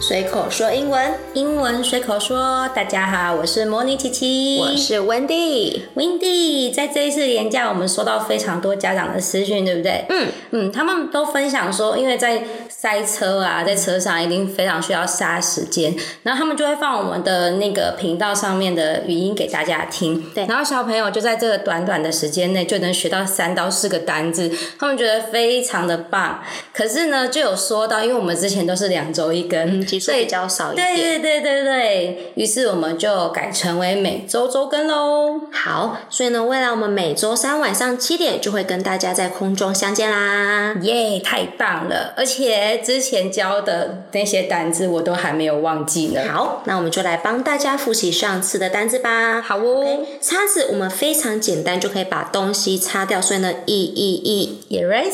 随口说英文，英文随口说，大家好，我是模拟琪琪，我是 Wendy。 Windy。在这一次连假，我们收到非常多家长的私讯，对不对？嗯嗯，他们都分享说，因为在塞车啊，在车上一定非常需要杀时间，然后他们就会放我们的那个频道上面的语音给大家听。对然后小朋友就在这个短短的时间内就能学到三到四个单字，他们觉得非常的棒。可是呢，就有说到，因为我们之前都是两周一根，嗯，集数比较少一对点。对对对对，于是我们就改成为每周周更喽。好，所以呢，未来我们每周三晚上七点就会跟大家在空中相见啦。耶、太棒了！而且之前教的那些单字我都还没有忘记呢。好，那我们就来帮大家复习上次的单字吧。好哦，擦子我们非常简单就可以把东西擦掉，所以呢，一一一。嗯 eraser，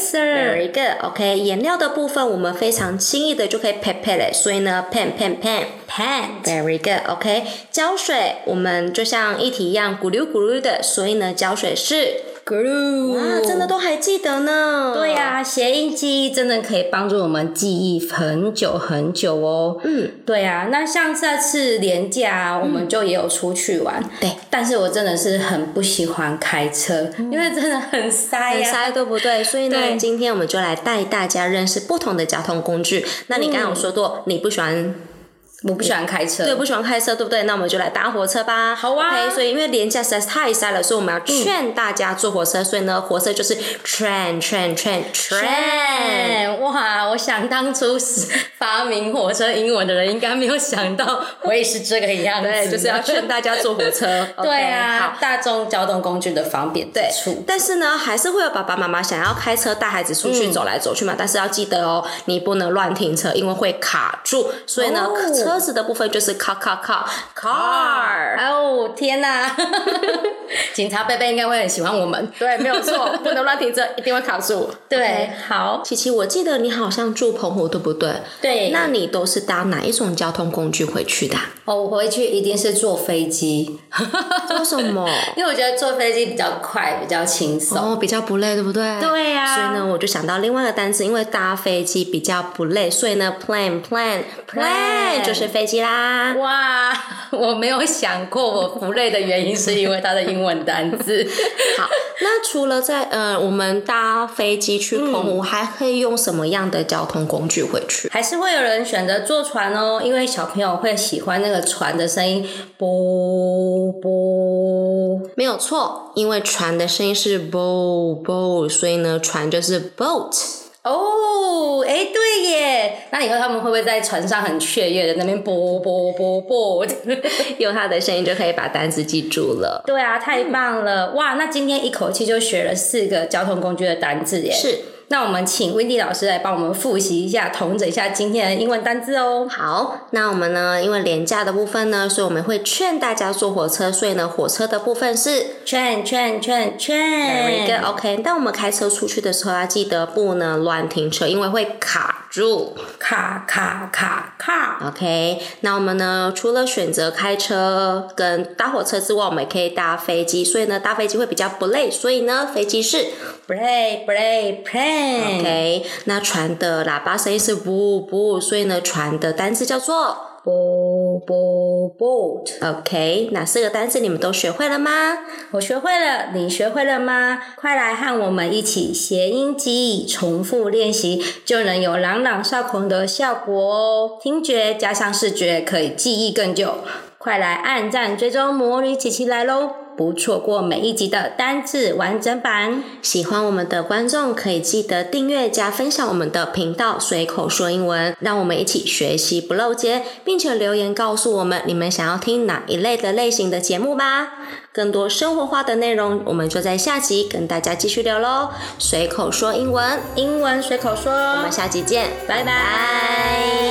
very good。OK，颜料的部分我们非常轻易的就可以 pat pat 了，所以呢，pan pan pan pan。very good。OK，胶水我们就像一体一样咕噜咕噜的，所以呢，胶水是 glue，啊，真的都还记得呢。对呀、谐音记忆真的可以帮助我们记忆很久很久哦。嗯，对呀、那像这次连假啊、我们就也有出去玩，对，但是我真的是很不喜欢开车，因为真的很塞嗯很哎呀、塞，对不对？所以呢，对今天我们就来带大家认识不同的交通工具。那你刚刚有说过，你不喜嗯欢我不喜欢开车。对，不喜欢开车，对不对？那我们就来搭火车吧。好啊 OK，所以因为廉价实在是太塞了，所以我们要劝大家坐火车。所以呢，火车就是 train train train train。哎哇！我想当初是发明火车英文的人，应该没有想到我也是这个样子。对，就是要劝大家坐火车。 对 OK，啊好，。大众交通工具的方便之对处。，但是呢，还是会有爸爸妈妈想要开车带孩子出去走来走去嘛。但是要记得哦，你不能乱停车，因为会卡住。所以呢，哦车子的部分就是 car car car car。哎呦天 哪！警察贝贝应该会很喜欢我们。对，没有错，不能乱停车，一定会卡住。 对，好，琪琪，我记得你好像住澎湖，对不对？对那你都是搭哪一种交通工具回去的啊、哦，我回去一定是坐飞机，为什么？ 因为我觉得坐飞机比较快，比较轻松。哦，比较不累，对不对？。对啊呀、所以呢，我就想到另外一个单词，因为搭飞机比较不累，所以呢，plan plan plan 就是飞机啦。哇， 我没有想过我不累的原因是因为它的英文单字。好，那除了在呃，我们搭飞机去澎湖，还可以用什么样的交通工具回去？还是会有人选择坐船哦，因为小朋友会喜欢那个船的声音，啵啵。没有错，因为船的声音是 bo bo，所以呢，船就是 boat。哦，哎，对耶，那以后他们会不会在船上很雀跃的那边啵啵啵啵？ 用它的声音就可以把单词记住了。对啊，太棒了！哇，那今天一口气就学了四个交通工具的单字耶。是，那我们请 Wendy 老师来帮我们复习一下，统整一下今天的英文单字哦。好，那我们呢，因为廉价的部分呢，所以我们会劝大家坐火车，所以呢，火车的部分是圈圈圈圈 very good OK。但我们开车出去的时候，要记得不能乱停车，因为会卡住。卡卡卡卡， OK，那我们呢，除了选择开车跟搭火车之外，我们也可以搭飞机，所以呢，搭飞机会比较不累，所以呢，飞机是 play play play。 OK。那船的喇叭声音是不不，所以呢，船的单词叫做。 bo bo boat， OK，哪四个单词你们都学会了吗？我学会了，你学会了吗？快来和我们一起谐音记忆，重复练习，就能有朗朗上口的效果哦。听觉加上视觉，可以记忆更久。快来按赞追踪魔女琪琪来喽，不错过每一集的单字完整版。喜欢我们的观众可以记得订阅加分享我们的频道，随口说英文，让我们一起学习不漏接，并且留言告诉我们你们想要听哪一类的类型的节目吧。更多生活化的内容，我们就在下集跟大家继续聊喽。随口说英文，英文随口说，我们下集见，拜拜。